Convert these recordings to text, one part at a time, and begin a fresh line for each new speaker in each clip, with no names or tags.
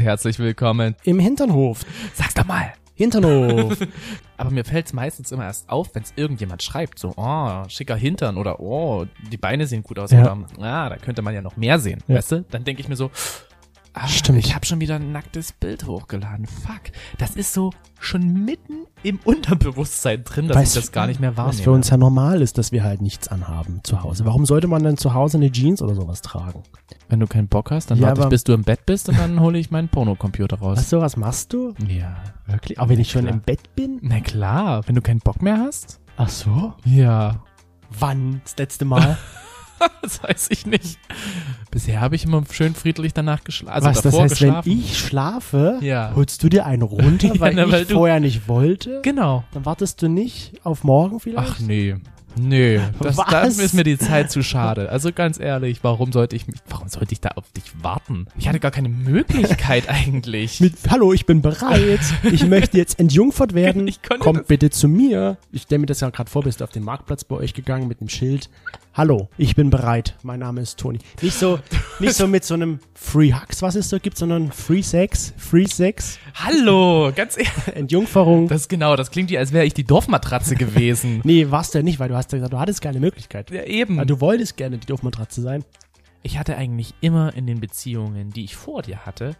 Herzlich willkommen.
Im Hinternhof.
Sag's doch mal.
Hinternhof.
Aber mir fällt's meistens immer erst auf, wenn's irgendjemand schreibt. So, oh, schicker Hintern oder oh, die Beine sehen gut aus.
Ja.
Oder, ah, da könnte man ja noch mehr sehen.
Ja.
Weißt du? Dann denke ich mir so, ah,
Stimmt.
ich habe schon wieder ein nacktes Bild hochgeladen. Fuck. Das ist so schon mitten im Unterbewusstsein drin, dass
Weiß-
ich das gar nicht mehr
Was für
wahrnehme.
uns ja normal ist, dass wir halt nichts anhaben zu Hause. Warum sollte man denn zu Hause eine Jeans oder sowas tragen?
Wenn du keinen Bock hast, dann
Ja,
warte ich,
aber-
bis du im Bett bist und dann hole ich meinen Pornocomputer
Was
raus.
sowas machst du?
Ja, wirklich.
Aber wenn ich schon
Klar.
im Bett bin?
Na klar, wenn du keinen Bock mehr hast.
Ach so?
Ja.
Wann? Das letzte
Also
Mal?
Das weiß ich nicht. Bisher habe ich immer schön friedlich danach geschlafen. Also
Was, das
davor
heißt,
geschlafen.
wenn ich schlafe,
Ja.
holst du dir einen runter,
Ja,
weil
na,
ich
weil du-
vorher nicht wollte?
Genau.
Dann wartest du nicht auf morgen vielleicht?
Ach nee. Nee, das,
Was?
das ist mir die Zeit zu schade. Also ganz ehrlich, warum sollte ich mich, warum sollte ich da auf dich warten? Ich hatte gar keine Möglichkeit eigentlich.
Mit, Hallo, ich bin bereit. Ich möchte jetzt entjungfert werden.
Ich konnte das-
Kommt bitte zu mir. Ich stelle mir das ja gerade vor, bist du auf den Marktplatz bei euch gegangen mit einem Schild. Hallo, ich bin bereit. Mein Name ist Toni. Nicht so, nicht so mit so einem Free Hugs, was es so gibt, sondern Free Sex, Free Sex,
Hallo, ganz ehrlich.
Entjungferung.
Das genau, das klingt wie, als wäre ich die Dorfmatratze gewesen.
Nee, warst du ja nicht, weil du hast ja gesagt, du hattest keine Möglichkeit.
ja, eben.
Aber Ah, Du wolltest gerne die Doofmatratze sein.
Ich hatte eigentlich immer in den Beziehungen, die ich vor dir hatte,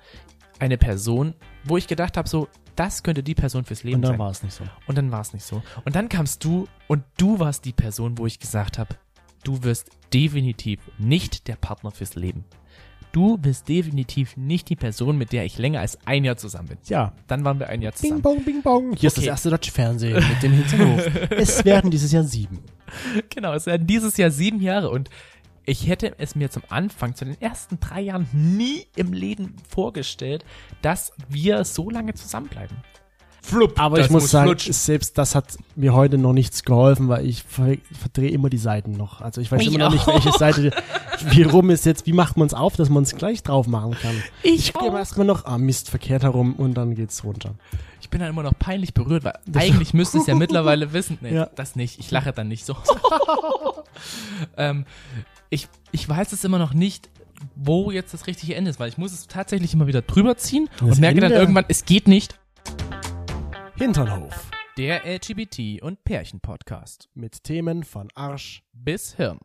eine Person, wo ich gedacht habe, so, das könnte die Person fürs Leben
Und dann
sein.
war es nicht so.
Und dann war es nicht so. Und dann kamst du und du warst die Person, wo ich gesagt habe, du wirst definitiv nicht der Partner fürs Leben. Du bist definitiv nicht die Person, mit der ich länger als ein Jahr zusammen bin.
Ja.
Dann waren wir ein Jahr
Bing
zusammen.
bong, bing bong. Hier ist das
Okay.
erste deutsche Fernsehen mit dem Hinterhof. es werden dieses Jahr sieben.
Genau, es werden dieses Jahr sieben Jahre und ich hätte es mir zum Anfang, zu den ersten drei Jahren nie im Leben vorgestellt, dass wir so lange zusammenbleiben. Flupp,
Aber
das
ich muss, sagen,
flutschen.
selbst das hat mir heute noch nichts geholfen, weil ich ver verdrehe immer die Seiten noch. Also ich weiß
Ich
immer noch nicht, welche Seite wie rum ist jetzt, wie macht man es auf, dass man es gleich drauf machen kann.
ich,
Gehen wir erstmal noch, ah Mist, verkehrt herum und dann geht's runter.
ich bin dann immer noch peinlich berührt, weil eigentlich müsste es ja mittlerweile wissen. Nee,
Ja.
das nicht. Ich lache dann nicht so. ähm, ich, ich weiß es immer noch nicht, wo jetzt das richtige Ende ist, weil ich muss es tatsächlich immer wieder drüber ziehen
Das
und merke dann
Ende-
irgendwann, es geht nicht.
Hinternhof.
Der LGBT- und Pärchen-Podcast.
Mit Themen von Arsch
Bis Hirn.